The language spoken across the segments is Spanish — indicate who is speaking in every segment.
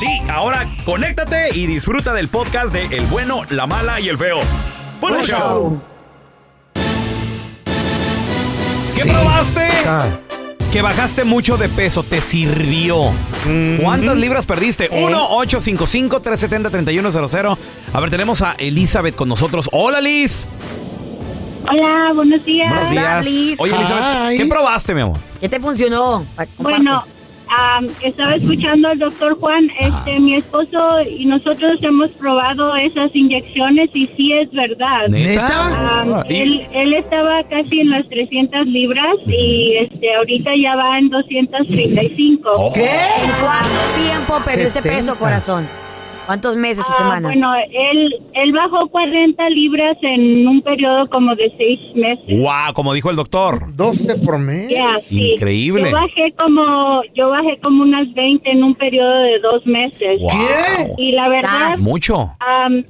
Speaker 1: Sí, ahora conéctate y disfruta del podcast de El bueno, la mala y el feo. Buen
Speaker 2: Buen
Speaker 1: show.
Speaker 2: show.
Speaker 1: ¿Qué probaste? Que bajaste mucho de peso, te sirvió. ¿Cuántas libras perdiste? 1-855-370-3100. A ver, tenemos a Elizabeth con nosotros. Hola, Liz.
Speaker 3: Hola, buenos días.
Speaker 1: Buenos días.
Speaker 2: Liz.
Speaker 1: Oye, Elizabeth,
Speaker 4: Hi.
Speaker 1: ¿qué probaste, mi amor?
Speaker 2: ¿Qué te funcionó?
Speaker 3: Bueno, am, estaba escuchando al doctor Juan,
Speaker 2: Ah.
Speaker 3: este, mi esposo y nosotros hemos probado esas inyecciones y sí es verdad. Am,
Speaker 2: Ah,
Speaker 1: ¿Y?
Speaker 3: él, él estaba casi en las 300 libras y este, ahorita ya va en 235.
Speaker 4: ¿Qué?
Speaker 2: Oh. ¿En cuánto tiempo perdió este
Speaker 4: 70.
Speaker 2: peso, corazón? ¿Cuántos meses o
Speaker 3: Ah,
Speaker 2: semanas?
Speaker 3: bueno, él, él bajó 40 libras en un periodo como de seis meses.
Speaker 1: Wow, como dijo el doctor.
Speaker 4: 12 por mes.
Speaker 3: Ya, sí.
Speaker 1: Increíble.
Speaker 3: Yo bajé como, yo bajé como unas 20 en un periodo de dos meses.
Speaker 1: Wow.
Speaker 3: Y la verdad,
Speaker 1: Mucho.
Speaker 3: am,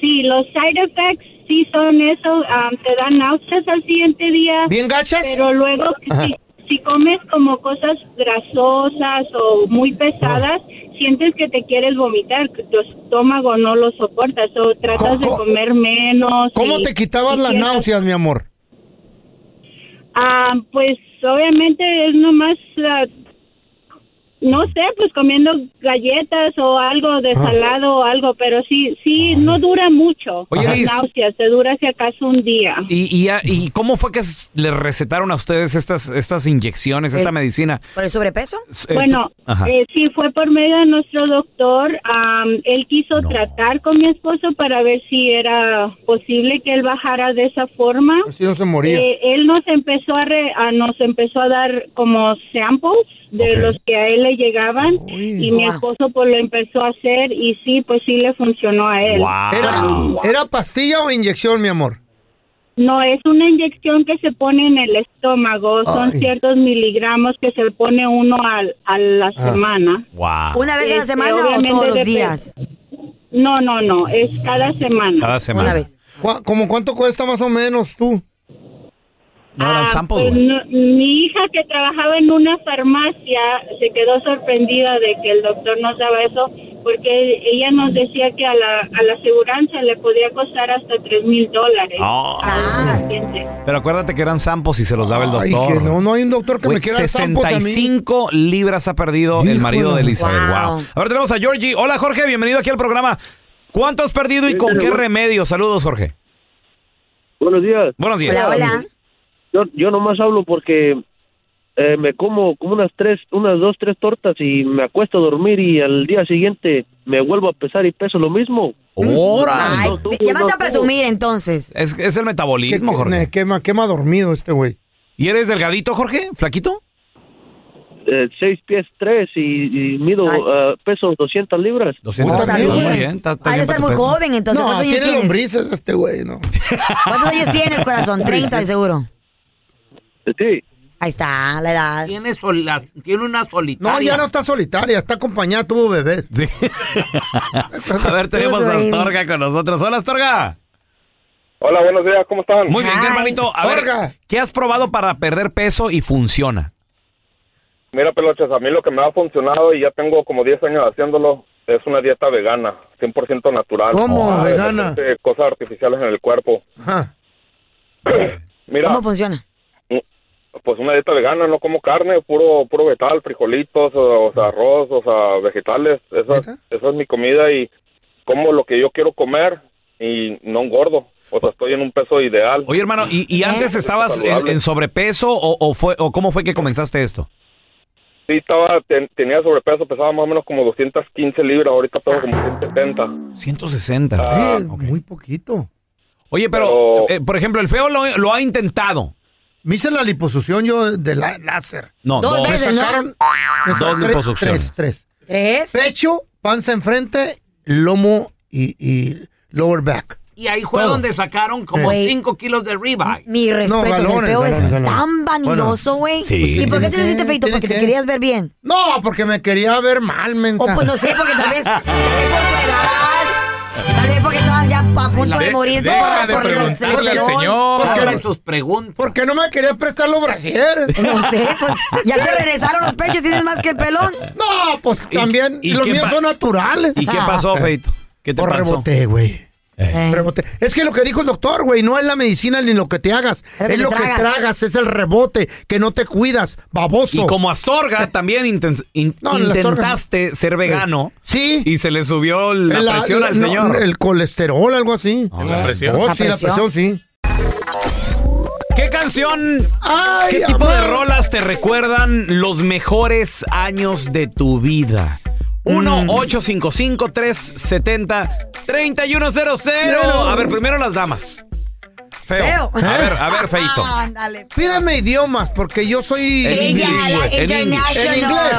Speaker 3: sí, los side effects sí son eso, am, te dan náuseas al siguiente día,
Speaker 4: ¿Bien gachas?
Speaker 3: pero luego si, si comes como cosas grasosas o muy
Speaker 4: Ah.
Speaker 3: pesadas, sientes que te quieres vomitar, que tu estómago no lo soporta, o tratas
Speaker 4: ¿Cómo-
Speaker 3: de
Speaker 4: cómo-
Speaker 3: comer menos.
Speaker 4: ¿Cómo
Speaker 3: y-
Speaker 4: te quitabas
Speaker 3: y
Speaker 4: las
Speaker 3: sientes-
Speaker 4: náuseas, mi amor?
Speaker 3: Ah, pues obviamente es nomás, ah, no sé, pues comiendo galletas o algo de salado o algo, pero sí, sí, no dura mucho.
Speaker 1: Oye,
Speaker 3: Las
Speaker 1: Liz.
Speaker 3: náuseas, te dura si acaso un día.
Speaker 1: ¿Y, y, a- y cómo fue que s- le recetaron a ustedes estas, estas inyecciones, esta
Speaker 4: Eh.
Speaker 2: El-
Speaker 1: medicina?
Speaker 2: ¿Por el sobrepeso?
Speaker 1: S- eh,
Speaker 3: Bueno,
Speaker 1: tú- ajá.
Speaker 3: eh, sí, fue por medio de nuestro doctor. am, él quiso
Speaker 1: No.
Speaker 3: tratar con mi esposo para ver si era posible que él bajara de esa forma.
Speaker 4: Si no se moría.
Speaker 3: Eh, él nos empezó a, re- a- nos empezó a dar como samples de
Speaker 4: Ok.
Speaker 3: los que a él le llegaban
Speaker 4: Uy.
Speaker 3: y mi
Speaker 2: Wow.
Speaker 3: esposo pues lo empezó a hacer y sí, pues sí le funcionó a él.
Speaker 4: ¿Era,
Speaker 1: Wow.
Speaker 4: ¿Era pastilla o inyección, mi amor?
Speaker 3: No, es una inyección que se pone en el estómago, son
Speaker 4: Ay.
Speaker 3: ciertos miligramos que se pone uno al- a la
Speaker 4: Ah.
Speaker 3: semana.
Speaker 1: Wow.
Speaker 2: ¿Una vez a la
Speaker 3: Este,
Speaker 2: semana o
Speaker 3: obviamente
Speaker 2: todos los
Speaker 3: depende.
Speaker 2: días?
Speaker 3: No, no, no, es cada semana.
Speaker 1: Cada semana.
Speaker 2: Una vez.
Speaker 4: Cu- ¿Cómo cuánto cuesta más o menos tú?
Speaker 1: No eran
Speaker 3: Ah,
Speaker 1: samples,
Speaker 3: pues,
Speaker 1: güey.
Speaker 3: no- mi hija que trabajaba en una farmacia se quedó sorprendida de que el doctor nos daba eso porque ella nos decía que a la, a la aseguranza le podía costar hasta tres mil dólares.
Speaker 1: Ah.
Speaker 3: a un paciente.
Speaker 1: Pero acuérdate que eran sampos y se los daba el
Speaker 4: Ay,
Speaker 1: doctor.
Speaker 4: que no, no hay un doctor que
Speaker 1: Güey,
Speaker 4: me quiera dar zampos a mí.
Speaker 1: 65 libras ha perdido el
Speaker 4: Híjole.
Speaker 1: marido de Elizabeth. Wow.
Speaker 2: Wow.
Speaker 1: A ver, tenemos a Georgie. Hola, Jorge. Bienvenido aquí al programa. ¿Cuánto has perdido y con qué remedio? Saludos, Jorge.
Speaker 5: Buenos días.
Speaker 1: Buenos días.
Speaker 2: Hola, hola.
Speaker 5: Yo, yo nomás hablo porque eh, me como como unas tres, unas dos, tres tortas y me acuesto a dormir y al día siguiente me vuelvo a pesar y peso lo mismo.
Speaker 1: Órale.
Speaker 2: Ay,
Speaker 5: no, tú,
Speaker 2: ya vas
Speaker 5: no,
Speaker 2: a
Speaker 5: tú.
Speaker 2: presumir entonces.
Speaker 1: Es, es el
Speaker 4: Que,
Speaker 1: metabolismo,
Speaker 4: que-
Speaker 1: Jorge.
Speaker 4: me quema, quema dormido este güey.
Speaker 1: ¿Y eres delgadito, Jorge? ¿Flaquito?
Speaker 5: eh, seis pies tres y, y mido eh, peso 200 libras.
Speaker 6: 200 Puta, libras, muy bien, está- está
Speaker 2: Ha de estar muy joven, entonces.
Speaker 4: No,
Speaker 2: ¿Cuántos años
Speaker 4: tiene
Speaker 2: tienes?
Speaker 4: lombrices este güey, no.
Speaker 2: ¿Cuántos años tienes, corazón? 30 de seguro.
Speaker 5: Sí.
Speaker 2: Ahí está, la edad.
Speaker 7: Tiene, sola- tiene una solitaria.
Speaker 4: No, ya no está solitaria, está acompañada, tuvo bebé.
Speaker 1: A ver, tenemos a Astorga con nosotros. Hola, Astorga.
Speaker 8: Hola, buenos días, ¿cómo están?
Speaker 1: Muy bien, qué hermanito. A ver, ¿qué has probado para perder peso y funciona?
Speaker 8: Mira, pelochas, a mí lo que me ha funcionado y ya tengo como 10 años haciéndolo es una dieta vegana, 100% natural.
Speaker 4: ¿Cómo,
Speaker 8: Ah, de
Speaker 4: vegana?
Speaker 8: repente, Cosas artificiales en el cuerpo.
Speaker 4: Ajá.
Speaker 8: Mira,
Speaker 2: ¿Cómo funciona?
Speaker 8: pues una dieta vegana, no como carne, puro puro vegetal, frijolitos, o, o sea, arroz, o sea, vegetales. Esa, esa es mi comida y como lo que yo quiero comer y no engordo. O sea, estoy en un peso ideal.
Speaker 1: Oye, hermano, ¿y,
Speaker 4: Eh,
Speaker 1: y antes estabas en,
Speaker 8: Saludable.
Speaker 1: en sobrepeso o, o fue, o cómo fue que comenzaste esto?
Speaker 8: Sí, estaba, ten- tenía sobrepeso, pesaba más o menos como 215 libras, ahorita peso como 170.
Speaker 1: 160.
Speaker 8: Ah,
Speaker 4: Eh, Muy poquito.
Speaker 1: Oye, pero, eh, por ejemplo, el feo lo, lo ha intentado.
Speaker 4: Me hice la liposucción yo de la- láser.
Speaker 1: No, Dos dos.
Speaker 4: Me
Speaker 1: veces, ¿no?
Speaker 4: sacaron me
Speaker 1: Dos
Speaker 4: sacaron tres-
Speaker 1: liposucciones.
Speaker 4: Tres, tres. Pecho, panza enfrente, lomo y, y lower back.
Speaker 7: Y ahí fue
Speaker 4: Todo.
Speaker 7: donde sacaron como
Speaker 4: Güey.
Speaker 7: 5 kilos de ribeye.
Speaker 2: Mi respeto, el
Speaker 4: galones,
Speaker 2: peo es
Speaker 4: galones, galones.
Speaker 2: tan vanidoso,
Speaker 4: Bueno,
Speaker 2: güey.
Speaker 4: sí.
Speaker 2: ¿Y por qué te lo hiciste
Speaker 4: Sí,
Speaker 2: feito?
Speaker 4: tiene
Speaker 2: ¿Porque te
Speaker 4: que.
Speaker 2: querías ver bien?
Speaker 4: No, porque me quería ver mal, mensa.
Speaker 2: O pues no sé, porque tal vez... tal vez por tu edad, Tal vez porque estabas ya a punto de
Speaker 4: De-
Speaker 2: morir
Speaker 4: deja de preguntarle al señor. Ahora
Speaker 2: sus
Speaker 7: preguntas.
Speaker 4: Porque no me quería prestar los brasieres.
Speaker 2: No sé, pues, ya te regresaron los pechos, tienes más que el pelón.
Speaker 4: No, pues también
Speaker 1: y
Speaker 4: los
Speaker 1: qué
Speaker 4: míos
Speaker 1: pa-
Speaker 4: son naturales. Ah,
Speaker 1: ¿Y qué pasó, feito? ¿Qué te
Speaker 4: Por
Speaker 1: pasó?
Speaker 4: reboté, güey. Rebote. Eh. Es que lo que dijo el doctor, güey, no es la medicina ni lo que te hagas,
Speaker 1: lo
Speaker 4: es
Speaker 1: que
Speaker 4: lo
Speaker 1: tragas.
Speaker 4: que tragas, es el rebote, que no te cuidas, baboso.
Speaker 1: Y como Astorga también inten- in-
Speaker 4: Eh. No, el Astorga-
Speaker 1: intentaste ser vegano.
Speaker 4: Sí.
Speaker 1: Y se le subió la,
Speaker 4: El-
Speaker 1: presión al
Speaker 4: no,
Speaker 1: señor. Ah,
Speaker 4: El colesterol, algo así.
Speaker 1: la presión.
Speaker 4: Oh,
Speaker 1: La
Speaker 4: sí, la
Speaker 1: presión.
Speaker 4: presión, sí.
Speaker 1: ¿Qué canción,
Speaker 4: Ay,
Speaker 1: qué tipo de
Speaker 4: amor.
Speaker 1: rolas te recuerdan los mejores años de tu vida?
Speaker 4: Mm.
Speaker 1: 1-855-370-3100. A ver, primero las damas. Feo.
Speaker 4: Feo.
Speaker 1: A ver, a ver, feito.
Speaker 2: Ah,
Speaker 4: Pídeme idiomas, porque yo soy...
Speaker 1: En Ella, inglés, la güey, en inglés.
Speaker 4: En
Speaker 1: international.
Speaker 4: inglés.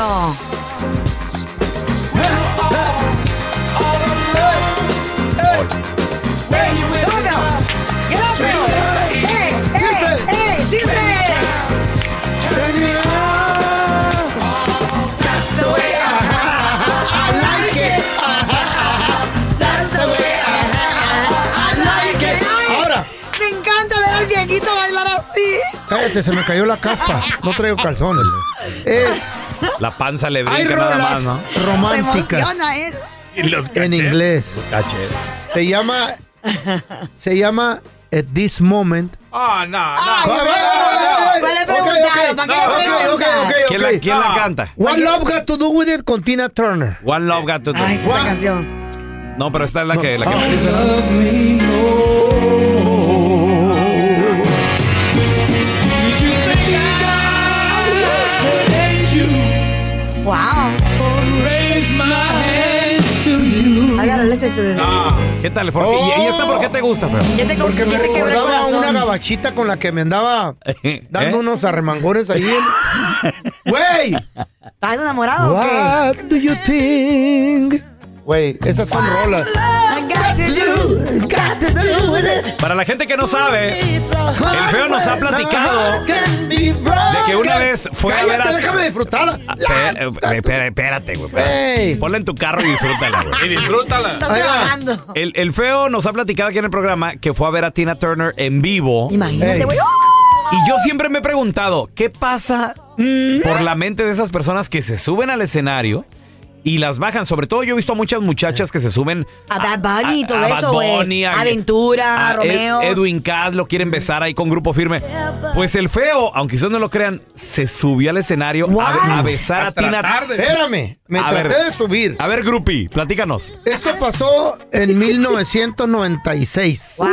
Speaker 4: Ahora.
Speaker 2: Me encanta ver al viejito bailar así.
Speaker 4: Cállate, se me cayó la caspa. No traigo calzones. Eh,
Speaker 1: La panza le
Speaker 4: hay
Speaker 1: brinca nada más, ¿no?
Speaker 4: rolas románticas
Speaker 2: él.
Speaker 4: en inglés. Se llama... Se llama At This Moment.
Speaker 7: Ah, no, no.
Speaker 1: ¿Quién la- quién la canta?
Speaker 4: What Love Got to Do With It con Tina Turner.
Speaker 1: One Love Gato.
Speaker 2: canción.
Speaker 1: No, pero esta es la que... La que...
Speaker 2: Wow. I gotta listen to this.
Speaker 1: ¿Qué tal? ¿Por qué? ¿Y- ¿Y esta por qué te gusta, Feo?
Speaker 2: ¿Qué te com-
Speaker 4: Porque me
Speaker 2: qué te quebró el
Speaker 4: recordaba a
Speaker 2: corazón?
Speaker 4: una gabachita con la que me andaba dando
Speaker 1: ¿Eh?
Speaker 4: unos arremangones ahí. en- ¡Güey!
Speaker 2: ¿Estás enamorado o qué?
Speaker 4: What do you think? Güey, esas son rolas.
Speaker 2: I got to do, got to do with it.
Speaker 1: Para la gente que no sabe, el feo nos ha platicado de que una vez fue a ver
Speaker 4: Cállate,
Speaker 1: a...
Speaker 4: déjame disfrutarla.
Speaker 1: Ah, espera, eh, espera, Espérate, güey. espérate.
Speaker 4: Ey.
Speaker 1: Ponla en tu carro y disfrútala, güey. Y disfrútala.
Speaker 2: Estás trabajando.
Speaker 1: El, el feo nos ha platicado aquí en el programa que fue a ver a Tina Turner en vivo.
Speaker 2: Imagínate,
Speaker 1: Ey.
Speaker 2: güey. ¡Oh!
Speaker 1: Y yo siempre me he preguntado, ¿qué pasa por la mente de esas personas que se suben al escenario y las bajan? Sobre todo yo he visto a muchas muchachas que se suben
Speaker 2: A Bad Bunny y todo
Speaker 1: a Bad
Speaker 2: eso, güey.
Speaker 1: Bunny, a-
Speaker 2: Aventura,
Speaker 1: a Ed-
Speaker 2: Romeo.
Speaker 1: Edwin Cass lo quieren besar ahí con grupo firme. Pues el feo, aunque ustedes no lo crean, se subió al escenario a, a besar a, Tina.
Speaker 4: Espérame, me
Speaker 1: A
Speaker 4: traté
Speaker 1: ver.
Speaker 4: de subir.
Speaker 1: A ver, Grupi, platícanos.
Speaker 4: Esto pasó en 1996.
Speaker 2: Wow.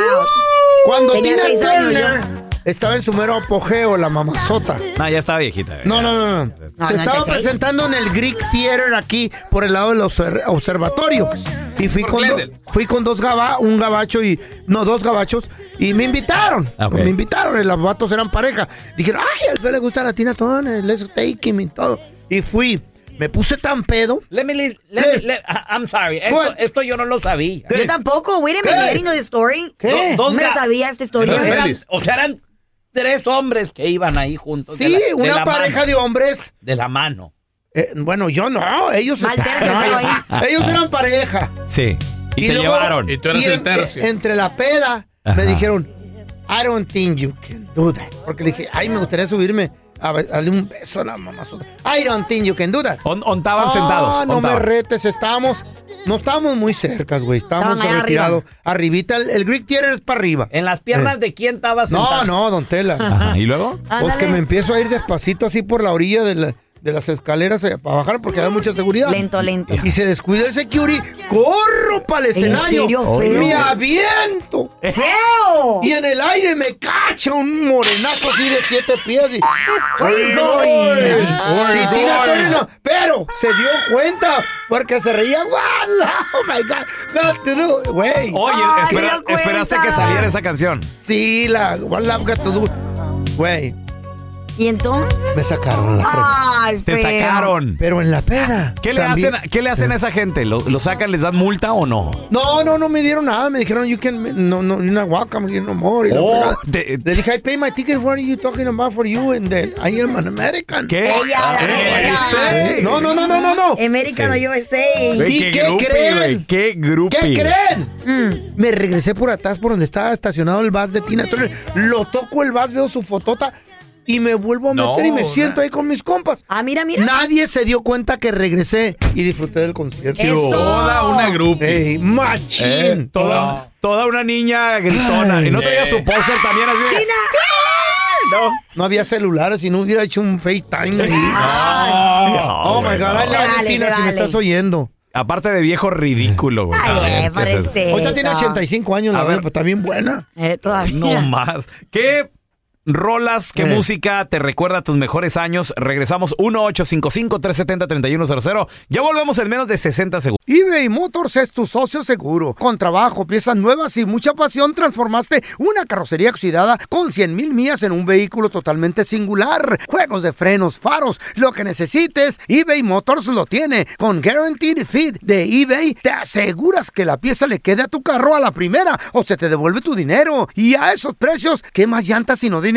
Speaker 4: Cuando
Speaker 2: Tenía
Speaker 4: Tina
Speaker 2: seis años
Speaker 4: Turner estaba en su mero apogeo, la mamazota.
Speaker 1: No, ya estaba viejita.
Speaker 4: No, no, no, no.
Speaker 2: No,
Speaker 4: Se estaba
Speaker 2: 96.
Speaker 4: presentando en el Greek Theater aquí por el lado del obser- observatorio. Y fui con, do- fui con dos gaba, un gabacho y. No, dos gabachos. Y me invitaron.
Speaker 1: Ah, ok.
Speaker 4: Me invitaron. y Los vatos eran pareja. Dijeron, ay, al Feo le gusta la Tina Turner, let's take him y todo. y fui. Me puse tan pedo. Eh.
Speaker 9: Let me, li- let me- let- I- I'm sorry. Esto, esto yo no lo sabía.
Speaker 2: Yo tampoco, wait a minute,
Speaker 9: ¿Qué?
Speaker 2: I didn't know this story.
Speaker 9: Do-
Speaker 2: No
Speaker 9: dos
Speaker 2: me la
Speaker 9: ga-
Speaker 2: sabía esta historia.
Speaker 9: Eran- o sea, eran tres hombres que iban ahí juntos. de
Speaker 4: Sí,
Speaker 9: la- de
Speaker 4: una
Speaker 9: la
Speaker 4: pareja
Speaker 9: mano.
Speaker 4: de hombres.
Speaker 9: De la mano.
Speaker 4: Eh, bueno, yo no, ellos Ellos eran pareja.
Speaker 1: Sí. Y, te
Speaker 4: luego-
Speaker 1: llevaron.
Speaker 4: y en- eh, entre la peda me dijeron, I don't think you can do that. Porque le dije, ay, me gustaría subirme a be- darle un beso a la mamá. I don't think you can do that.
Speaker 1: Ontaban
Speaker 4: ah,
Speaker 1: sentados,
Speaker 4: No me
Speaker 1: ontaban.
Speaker 4: retes, estábamos. No estábamos muy cercas, güey. Estábamos
Speaker 9: Estaban allá
Speaker 4: retirados. Arribita, el, el Greek Theater es para arriba. Eh.
Speaker 9: ¿En las piernas de quién estabas
Speaker 4: No, no, don Tela.
Speaker 1: ¿Y luego?
Speaker 4: Pues que me empiezo a ir despacito así por la orilla de, la- de las escaleras eh, para bajar porque había mucha seguridad.
Speaker 2: Lento, lento.
Speaker 4: Y se descuida el security, corro para el
Speaker 2: ¿En
Speaker 4: escenario.
Speaker 2: serio, feo?
Speaker 4: Me aviento.
Speaker 2: ¡Feo!
Speaker 4: Y en el aire me cacha un morenazo así de siete pies. Y,
Speaker 2: ¡Gol!
Speaker 4: Y tira todo el- no, Pero se dio cuenta porque se reía. ¡Guau! ¡Oh, my God! ¡Got to do! ¡Güey!
Speaker 1: Oye, espera- esperaste que saliera esa canción.
Speaker 4: Sí, la... ¡What love got to do! ¡Güey!
Speaker 2: ¿Y entonces?
Speaker 4: Me sacaron la
Speaker 2: Ay,
Speaker 1: Te
Speaker 2: feo.
Speaker 1: sacaron.
Speaker 4: Pero en la peda.
Speaker 1: ¿Qué le,
Speaker 4: también-
Speaker 1: hacen, ¿Qué le hacen a esa gente? ¿Lo, lo sacan, les dan multa o no?
Speaker 4: No, no, no me dieron nada. Me dijeron, you can, no, no, you're not welcome here no more. Y la
Speaker 1: Oh,
Speaker 4: fregada. Le dije, I pay my ticket. What are you talking about for you? And then, I am an American.
Speaker 1: ¿Qué? Ah,
Speaker 2: Ella, la
Speaker 4: ¿Eh?
Speaker 2: América.
Speaker 4: No, no, no, no, no, no.
Speaker 2: American
Speaker 4: Sí.
Speaker 2: USA.
Speaker 4: ¿Y qué, creen?
Speaker 1: ¿Qué grupi?
Speaker 4: ¿Qué creen? Mm, me regresé por atrás por donde estaba estacionado el bus de Tina Turner. Lo toco el bus, veo su fotota y me vuelvo a
Speaker 1: No,
Speaker 4: meter y me
Speaker 1: na-
Speaker 4: siento ahí con mis compas.
Speaker 2: Ah, mira, mira.
Speaker 4: Nadie se dio cuenta que regresé y disfruté del concierto.
Speaker 1: ¡Eso! Toda una
Speaker 4: grupi. Ey, machín.
Speaker 1: Eh, toda, toda una niña gritona.
Speaker 4: Ay.
Speaker 1: y no traía
Speaker 4: Eh.
Speaker 1: su póster también así. de-
Speaker 4: No. No había celulares y no hubiera hecho un FaceTime. ahí. oh my God. I love
Speaker 2: Se
Speaker 4: you,
Speaker 2: vale,
Speaker 4: Tina,
Speaker 2: se
Speaker 4: si me
Speaker 2: vale.
Speaker 4: estás oyendo.
Speaker 1: Aparte de viejo ridículo, güey.
Speaker 2: Ay, parece.
Speaker 4: Ahorita tiene 85 años, la verdad, pues está bien buena.
Speaker 2: Eh, todavía.
Speaker 1: No más. ¿Qué rolas, qué música te recuerda a tus mejores años? Regresamos 1-855-370-3100. Ya volvemos en menos de 60 segundos.
Speaker 4: eBay Motors es tu socio seguro. Con trabajo, piezas nuevas y mucha pasión, transformaste una carrocería oxidada con 100 mil millas en un vehículo totalmente singular. Juegos de frenos, faros, lo que necesites, eBay Motors lo tiene. Con Guaranteed Fit de eBay, te aseguras que la pieza le quede a tu carro a la primera o se te devuelve tu dinero. Y a esos precios, ¿qué más llantas sino dinero?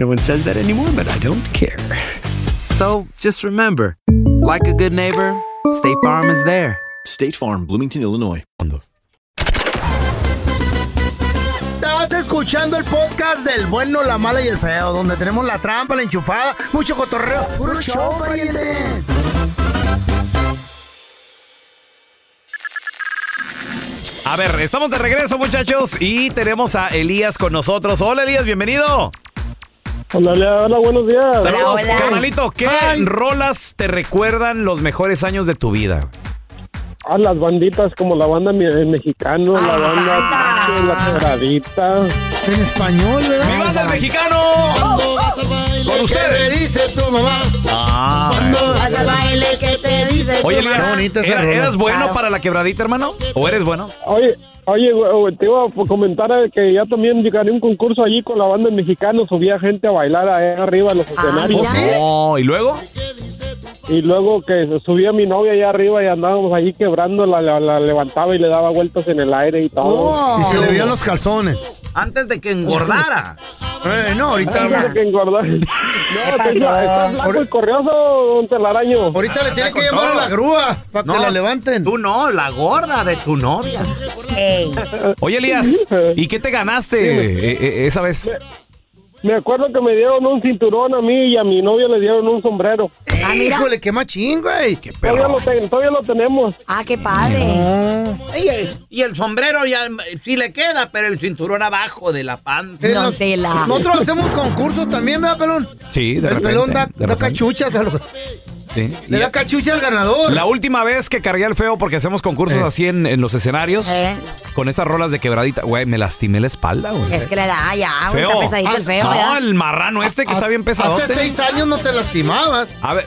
Speaker 10: no one says that anymore, but I don't care. So just remember, like a good neighbor, State Farm is there. State Farm, Bloomington, Illinois.
Speaker 4: Estás escuchando el podcast del bueno, la mala y el feo, donde tenemos la trampa, la enchufada, mucho cotorreo. ¡Puro show, pariente!
Speaker 1: A ver, estamos de regreso, muchachos, y tenemos a Elías con nosotros. Hola, Elías, bienvenido.
Speaker 11: Hola, hola, hola, buenos días.
Speaker 1: Saludos, carnalito. ¿Qué rolas te recuerdan los mejores años de tu vida?
Speaker 11: A las banditas como la banda mi- eh, mexicano, la banda Chicho, la quebradita.
Speaker 4: En español, ¿verdad?
Speaker 11: ¡Mi banda
Speaker 4: el
Speaker 1: mexicano!
Speaker 4: Con ustedes. dice tu mamá?
Speaker 2: Haz el baile que te dice
Speaker 1: Ah. Oye,
Speaker 2: tu
Speaker 1: Elías,
Speaker 2: mamá.
Speaker 1: ¿era- ¿eras bueno para la quebradita, hermano? ¿O eres bueno?
Speaker 11: Oye, oye, güey, güey, te iba a comentar eh, que ya también llegaría un concurso allí con la banda mexicana, subía gente a bailar ahí arriba en los escenarios.
Speaker 1: No, ¿y luego?
Speaker 11: Y luego que subía mi novia allá arriba y andábamos allí quebrando, la, la- la levantaba y le daba vueltas en el aire y todo.
Speaker 4: Y se le veían los calzones.
Speaker 9: Antes de que engordara.
Speaker 4: Eh, no, ahorita.
Speaker 11: Tengo que engordar. No,
Speaker 4: pasó?
Speaker 11: tengo, está blanco y corrioso, don Telaraño.
Speaker 4: Ahorita le tiene que
Speaker 7: con
Speaker 4: llamar a
Speaker 7: todo.
Speaker 4: la grúa para que la levanten.
Speaker 7: Tú no, la gorda de tu novia.
Speaker 11: Eh,
Speaker 1: Oye, Elías, ¿y qué te ganaste eh, eh, esa vez?
Speaker 11: Me acuerdo que me dieron un cinturón a mí y a mi novia le dieron un sombrero.
Speaker 2: Ah, mira. Híjole,
Speaker 4: qué machín, güey. Qué
Speaker 11: Todavía lo, ten- todavía lo tenemos.
Speaker 2: Ah, qué padre.
Speaker 7: Y el, eh, y el sombrero ya eh, sí le queda, pero el cinturón abajo de la panza.
Speaker 4: Eh, nos- Nosotros hacemos concursos también, ¿verdad, pelón?
Speaker 1: Sí, de
Speaker 4: El
Speaker 1: repente,
Speaker 4: pelón da,
Speaker 1: de
Speaker 4: da
Speaker 1: repente.
Speaker 4: cachuchas a los-
Speaker 1: Sí.
Speaker 4: Le da cachucha al ganador. Eh.
Speaker 1: La última vez que cargué al feo porque hacemos concursos así en, en los escenarios con esas rolas de quebradita, güey, me lastimé la espalda, güey.
Speaker 4: Eh.
Speaker 2: Es que le da ya, güey,
Speaker 1: Feo.
Speaker 2: está pesadito el feo,
Speaker 1: no,
Speaker 2: ¿verdad?
Speaker 1: el marrano este que está bien pesado.
Speaker 4: Hace seis años no te lastimabas.
Speaker 1: A ver.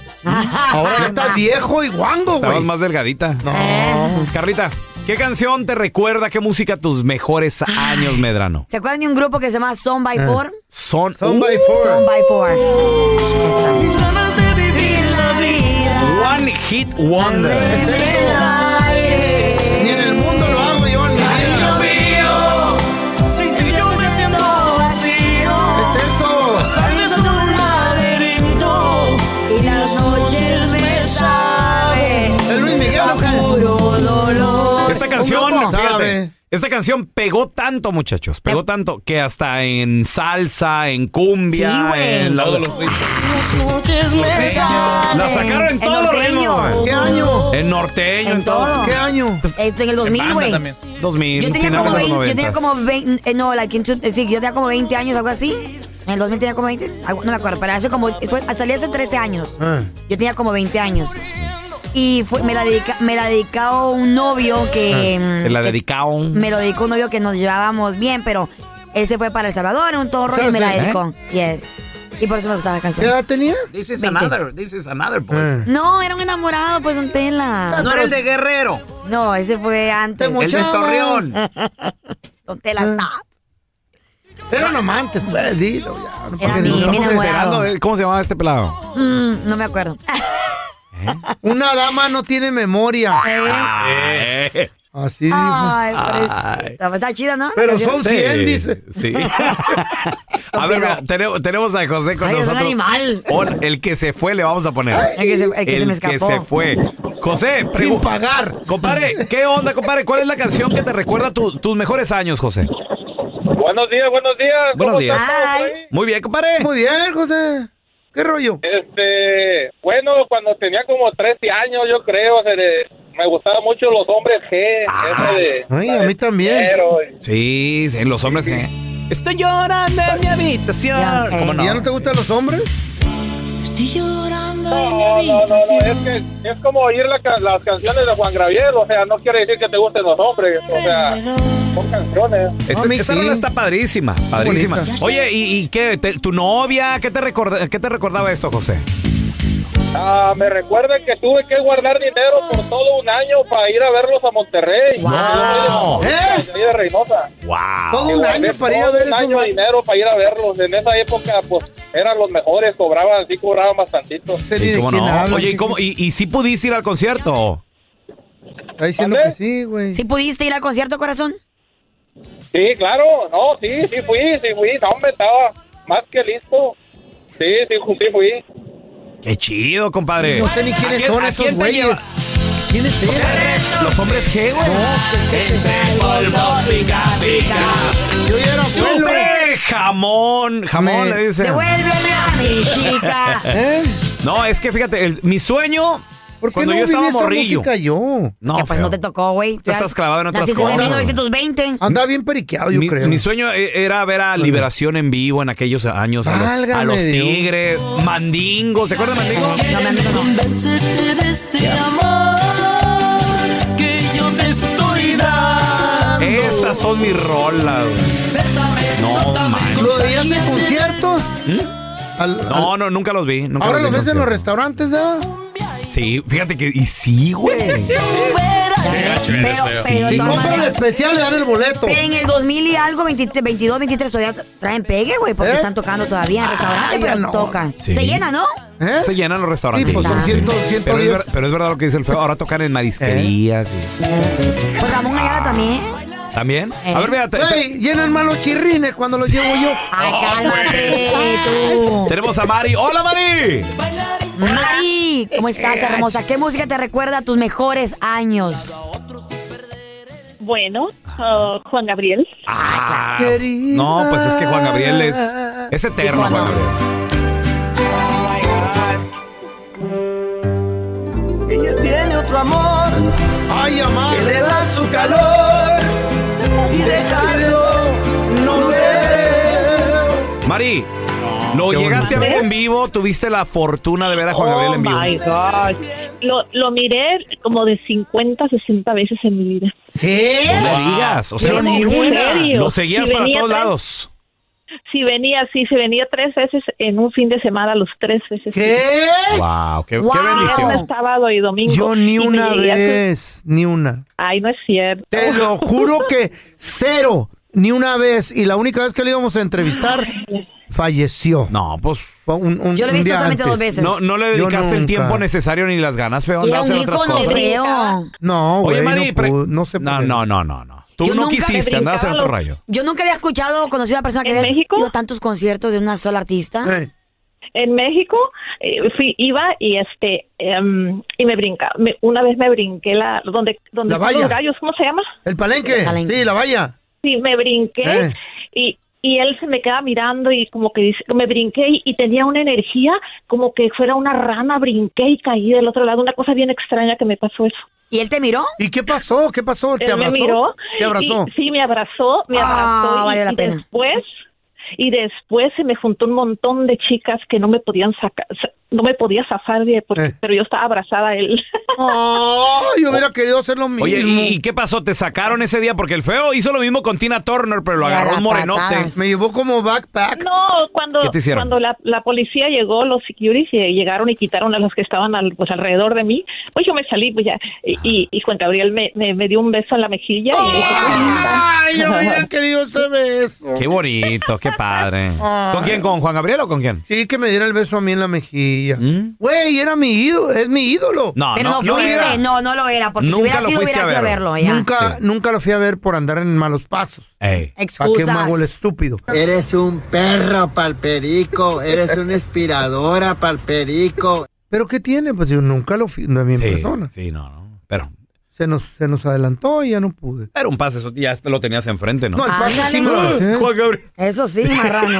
Speaker 4: Ahora ya estás viejo y guango,
Speaker 1: Estabas
Speaker 4: güey.
Speaker 1: más delgadita. Eh. Carlita, ¿qué canción te recuerda qué música tus mejores años, Medrano?
Speaker 2: ¿Se acuerdan de un grupo que se llama Son
Speaker 1: Ah.
Speaker 2: by Four?
Speaker 1: Son.
Speaker 2: Son by Four. Son by Four.
Speaker 1: One Hit Wonder.
Speaker 4: Ni en el mundo lo hago yo. ni nada.
Speaker 12: Sin que yo me siento vacío.
Speaker 4: ¿Qué es
Speaker 12: Las
Speaker 4: eso?
Speaker 12: tardes son un laberinto. Y las noches me saben.
Speaker 4: El Luis Miguel, ¿o qué?
Speaker 12: Puro dolor.
Speaker 1: Esta canción,
Speaker 12: ¿Cómo?
Speaker 1: fíjate, esta canción pegó tanto, muchachos, pegó tanto que hasta en salsa, en cumbia,
Speaker 12: Sí, güey.
Speaker 1: en la-
Speaker 12: Las noches me saben.
Speaker 1: la sacaron en todos los ritmos. güey.
Speaker 4: ¿Qué año?
Speaker 1: En norteño, en todo.
Speaker 4: ¿Qué año?
Speaker 2: Pues, Esto en el 2000, güey.
Speaker 1: 2000,
Speaker 2: Yo tenía como
Speaker 1: finales de los
Speaker 2: 20, yo tenía
Speaker 1: 90s.
Speaker 2: como 20, eh, no, like, en su- eh, sí, yo tenía como 20 años, algo así. En el 2000 tenía como 20, algo- no me acuerdo, pero hace como, fue- salí hace 13 años. Yo tenía como 20 años. Y fue, me la dedica, me la dedicó un novio que mm,
Speaker 1: Te la dedicaron.
Speaker 2: me lo dedicó un novio que nos llevábamos bien, pero él se fue para El Salvador, un todo rollo y me la
Speaker 1: ¿Eh?
Speaker 2: dedicó. Yes. Y por eso me gustaba la canción.
Speaker 4: ¿Qué edad tenía? Eh.
Speaker 7: This is
Speaker 2: 20.
Speaker 7: another, this is another boy.
Speaker 2: No, era un enamorado, pues, un tela.
Speaker 7: No era el de Guerrero.
Speaker 2: No, ese fue antes.
Speaker 7: El de Torreón.
Speaker 2: eh, Don Tela,
Speaker 4: Ah.
Speaker 2: stop.
Speaker 4: Eran amantes, pues, dilo ya.
Speaker 2: Era
Speaker 4: porque
Speaker 2: mi- mi
Speaker 4: nos estamos
Speaker 2: enamorado.
Speaker 4: enterando de-
Speaker 1: ¿Cómo se llamaba este pelado?
Speaker 2: Mm, no me acuerdo.
Speaker 4: Una dama no tiene memoria.
Speaker 1: Eh.
Speaker 4: Así dijo.
Speaker 2: Ay,
Speaker 1: Ah.
Speaker 2: pobrecita. Está chida, ¿no?
Speaker 4: Pero
Speaker 2: La
Speaker 4: son
Speaker 2: canción.
Speaker 4: 100, dice.
Speaker 1: Sí. a ver, mira, tenemos, tenemos a José con
Speaker 2: Ay, es un
Speaker 1: nosotros.
Speaker 2: animal.
Speaker 1: Hola, el que se fue le vamos a poner.
Speaker 2: El que se- el que se me escapó.
Speaker 1: se fue. José,
Speaker 4: Sin
Speaker 1: pregu-
Speaker 4: pagar.
Speaker 1: Compadre, ¿qué onda, compadre? ¿Cuál es la canción que te recuerda tu- tus mejores años, José?
Speaker 8: Buenos días, buenos días.
Speaker 1: Buenos
Speaker 8: ¿Cómo
Speaker 1: días.
Speaker 8: están todos por ahí?
Speaker 1: Muy bien, compadre.
Speaker 4: Muy bien, José. ¿Qué rollo?
Speaker 8: Este, bueno, cuando tenía como 13 años, yo creo, se le- me gustaban mucho los hombres G. esa de-
Speaker 4: Ah, Ay, a mí también.
Speaker 8: Pero,
Speaker 1: Sí, sí, los hombres. eh. Estoy llorando en mi habitación. ¿Cómo no?
Speaker 4: ¿Ya no te gustan los hombres?
Speaker 12: Estoy llorando en mi
Speaker 8: no, no, no, no, es que es como oír la ca- las canciones de Juan Gabriel, o sea, no quiere decir que te gusten los hombres, o sea, son canciones.
Speaker 1: Este- esa rola está padrísima, padrísima.
Speaker 8: Bonita.
Speaker 1: Oye, ¿y, y qué? Te- ¿Tu novia? ¿Qué te, recorda- ¿Qué te recordaba esto, José?
Speaker 8: Ah, me recuerda que tuve que guardar dinero por todo un año para ir a verlos a Monterrey.
Speaker 1: ¡Wow!
Speaker 8: Yo soy de- de Reynosa. Ah,
Speaker 1: ¡Wow!
Speaker 4: Todo un año para ir a ver
Speaker 8: un
Speaker 4: esos
Speaker 8: año
Speaker 4: ma-
Speaker 8: dinero para ir a verlos. En esa época, pues, eran los mejores, cobraban, sí cobraban bastantito.
Speaker 1: Sí, cómo
Speaker 4: quién
Speaker 1: no.
Speaker 4: habla,
Speaker 1: Oye, ¿y, cómo, y, y si pudiste ir al concierto?
Speaker 4: Está diciendo que sí, güey.
Speaker 2: ¿Sí pudiste ir al concierto, corazón?
Speaker 8: Sí, claro, no, sí, sí fui, sí fui, no, hombre, estaba más que listo. Sí, sí, ju- sí fui.
Speaker 1: ¡Qué chido, compadre!
Speaker 4: No sé ni
Speaker 1: ¿A
Speaker 4: quiénes
Speaker 1: quién-
Speaker 4: son
Speaker 1: a
Speaker 4: esos
Speaker 1: quién te
Speaker 4: güeyes.
Speaker 1: lleva-
Speaker 4: ¿Quiénes eran?
Speaker 1: Los hombres G, güey.
Speaker 4: Yo ya era abuelo.
Speaker 1: ¡Sufre! Jamón, jamón,
Speaker 4: Me-
Speaker 1: le dicen.
Speaker 2: Devuélveme a mi chica.
Speaker 4: ¿Eh?
Speaker 1: No, es que fíjate, el- mi sueño
Speaker 4: ¿Por qué
Speaker 1: cuando
Speaker 4: no
Speaker 1: yo estaba
Speaker 4: viví esa
Speaker 1: morrillo.
Speaker 4: música yo?
Speaker 1: No,
Speaker 2: que pues
Speaker 1: feo.
Speaker 2: no te tocó, güey.
Speaker 1: Tú estás clavado en otras
Speaker 2: Naciste
Speaker 1: cosas.
Speaker 2: en 1920.
Speaker 4: Andaba bien periqueado, Ah, yo
Speaker 1: mi,
Speaker 4: creo.
Speaker 1: mi sueño e- era ver a Liberación en vivo en aquellos años. A, los-
Speaker 4: Válgame
Speaker 1: a los
Speaker 4: Dios.
Speaker 1: Tigres, Mandingo. ¿Se acuerdan de Mandingo?
Speaker 12: Convéncete de este amor que yo te estoy dando.
Speaker 1: Estas son mis rolas. güey. No, man.
Speaker 4: ¿Lo veías en conciertos?
Speaker 1: No, no, nunca los vi. nunca
Speaker 4: Ahora
Speaker 1: los vi,
Speaker 4: lo ves
Speaker 1: no
Speaker 4: en
Speaker 1: sé.
Speaker 4: los restaurantes, ah? ¿verdad?
Speaker 1: Sí, fíjate que. Y sí, güey.
Speaker 2: Pero, pero,
Speaker 4: Si
Speaker 2: de todas
Speaker 4: compran el
Speaker 2: maneras-
Speaker 4: especial, le dan el boleto.
Speaker 2: pero en el 2000 y algo, 23, 22, 23, todavía traen pegue, güey, porque
Speaker 4: ¿Eh?
Speaker 2: están tocando todavía en restaurantes,
Speaker 4: Ah, ya
Speaker 2: pero
Speaker 4: no.
Speaker 2: tocan.
Speaker 1: Sí.
Speaker 2: Se llena, ¿no?
Speaker 4: ¿Eh?
Speaker 1: Se llenan los restaurantes.
Speaker 4: Sí, pues, son ciento- ciento
Speaker 1: pero, es
Speaker 4: diez.
Speaker 1: ver- pero es verdad lo que dice el feo. Ahora tocan en marisquerías. y-
Speaker 2: Pues Ramón Ayala también.
Speaker 1: ¿También? A ver, vea, te-
Speaker 4: Güey, llenan mal los chirrines cuando los llevo yo. Oh.
Speaker 2: Ay,
Speaker 1: cálmate,
Speaker 2: tú.
Speaker 1: tenemos a Mari. ¡Hola, Mari!
Speaker 2: Mari, ¿cómo estás, hermosa? ¿Qué música te recuerda a tus mejores años?
Speaker 13: Bueno, ah, Juan Gabriel.
Speaker 1: Ah, no, pues es que Juan Gabriel es, es eterno, Juan Gabriel.
Speaker 12: Ella tiene otro amor.
Speaker 4: Ay, amar.
Speaker 12: Que le da su calor. Y dejarlo no debe.
Speaker 1: Mari, lo llegaste a ver en vivo, tuviste la fortuna de ver a Juan Gabriel en vivo.
Speaker 13: Oh, my gosh. Lo, lo miré como de 50, 60 veces en mi vida.
Speaker 1: No me digas, o sea,
Speaker 13: ¿En serio?
Speaker 1: lo seguías
Speaker 13: Si
Speaker 1: para
Speaker 13: venía
Speaker 1: todos
Speaker 13: tres-
Speaker 1: lados.
Speaker 13: Si venía, sí, si venía tres veces en un fin de semana, los tres veces.
Speaker 4: ¿Qué?
Speaker 1: Wow, qué,
Speaker 4: Wow. bendición.
Speaker 13: sábado y domingo.
Speaker 4: Yo ni
Speaker 13: Y me
Speaker 4: una
Speaker 13: llegué a hacer-
Speaker 4: vez, ni una.
Speaker 13: Ay, no es cierto.
Speaker 4: Te lo juro que cero, ni una vez. Y la única vez que le íbamos a entrevistar, falleció.
Speaker 1: No, pues.
Speaker 2: Yo lo he visto solamente dos veces.
Speaker 1: No, no le
Speaker 4: Yo
Speaker 1: dedicaste el
Speaker 4: nunca.
Speaker 1: tiempo necesario ni las ganas, pero
Speaker 2: Era
Speaker 1: andabas
Speaker 2: un
Speaker 1: en otras
Speaker 2: ícono,
Speaker 1: cosas.
Speaker 2: creo.
Speaker 4: No,
Speaker 1: Oye,
Speaker 4: güey,
Speaker 1: Mari,
Speaker 4: no,
Speaker 1: pre-
Speaker 4: pude, no se
Speaker 1: no,
Speaker 4: puede.
Speaker 1: no, no, no, no. Tú
Speaker 2: Yo
Speaker 1: no
Speaker 2: nunca
Speaker 1: quisiste,
Speaker 2: me
Speaker 1: andabas en
Speaker 2: brincaba
Speaker 1: otro
Speaker 2: los-
Speaker 1: rayo.
Speaker 2: Yo nunca había escuchado o conocido a una persona que había ido a tantos conciertos de una sola artista.
Speaker 13: En México eh, fui, iba y este em, y me brinca, me- una vez me brinqué la donde donde
Speaker 4: La
Speaker 13: están
Speaker 4: valla.
Speaker 13: los gallos, ¿cómo se llama?
Speaker 4: El palenque.
Speaker 13: El palenque.
Speaker 4: Sí, la valla.
Speaker 13: Sí, me brinqué
Speaker 4: Eh.
Speaker 13: y, y él se me queda mirando y como que dice, me brinqué y, y tenía una energía como que fuera una rana, brinqué y caí del otro lado, una cosa bien extraña que me pasó eso.
Speaker 2: ¿Y él te miró?
Speaker 4: ¿Y qué pasó? ¿Qué pasó? ¿Te
Speaker 13: Él
Speaker 4: abrazó?
Speaker 13: me miró.
Speaker 4: ¿Te abrazó?
Speaker 13: y- sí, me abrazó, me
Speaker 2: Ah,
Speaker 13: abrazó. y-
Speaker 2: vale la
Speaker 13: y
Speaker 2: pena.
Speaker 13: después, y después se me juntó un montón de chicas que no me podían sacar, sa- no me podía zafar de, porque- pero yo estaba abrazada a él.
Speaker 4: Eh. Ay, yo hubiera querido hacer lo mismo.
Speaker 1: Oye, ¿y, y qué pasó? ¿Te sacaron ese día? Porque el feo hizo lo mismo con Tina Turner, pero lo agarró un morenote.
Speaker 4: Me llevó como backpack.
Speaker 13: No, cuando,
Speaker 1: ¿Qué te hicieron?
Speaker 13: cuando la, la policía llegó, los securities eh, llegaron y quitaron a los que estaban al- pues, alrededor de mí, pues yo me salí pues, ya, y, y, y Juan Gabriel me, me, me dio un beso en la mejilla. y dijo,
Speaker 4: Ay, yo hubiera querido hacer eso.
Speaker 1: Qué bonito, qué padre.
Speaker 4: Ay.
Speaker 1: ¿Con quién? ¿Con Juan Gabriel o con quién?
Speaker 4: Sí, que me diera el beso a mí en la mejilla.
Speaker 1: ¿Mm?
Speaker 4: Güey, era mi ídolo, es mi ídolo.
Speaker 1: No,
Speaker 2: Pero no, fuiste, no, no lo era, porque si
Speaker 4: Nunca
Speaker 2: hubiera
Speaker 4: lo
Speaker 2: sido,
Speaker 4: fuiste
Speaker 2: hubiera
Speaker 4: a
Speaker 2: sido a
Speaker 4: verlo.
Speaker 2: verlo. ya.
Speaker 4: Nunca, nunca lo fui a ver por andar en malos pasos. ¿Para qué
Speaker 2: Excusas.
Speaker 4: mago el estúpido?
Speaker 14: Eres un perro, palperico. Eres una inspiradora, palperico.
Speaker 4: ¿Pero qué tiene? Pues yo nunca lo fui, no vi en
Speaker 1: Sí,
Speaker 4: persona.
Speaker 1: sí, no, no. Pero,
Speaker 4: Se nos, se nos adelantó y ya no pude.
Speaker 1: pero un pase, eso ya lo tenías enfrente, ¿no?
Speaker 4: No, el pase sí me lo
Speaker 1: Ah,
Speaker 4: aventé.
Speaker 1: Juan Gabriel.
Speaker 2: Eso sí,
Speaker 12: Ah,
Speaker 2: marrano.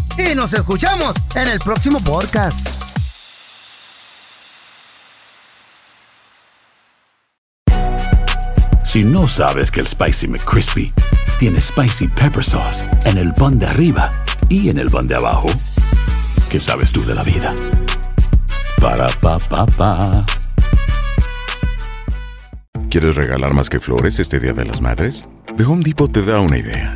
Speaker 4: Y nos escuchamos en el próximo podcast.
Speaker 15: Si no sabes que el Spicy McCrispy tiene spicy pepper sauce en el pan de arriba y en el pan de abajo, ¿qué sabes tú de la vida? Para pa pa pa.
Speaker 16: ¿Quieres regalar más que flores este Día de las Madres? The Home Depot te da una idea.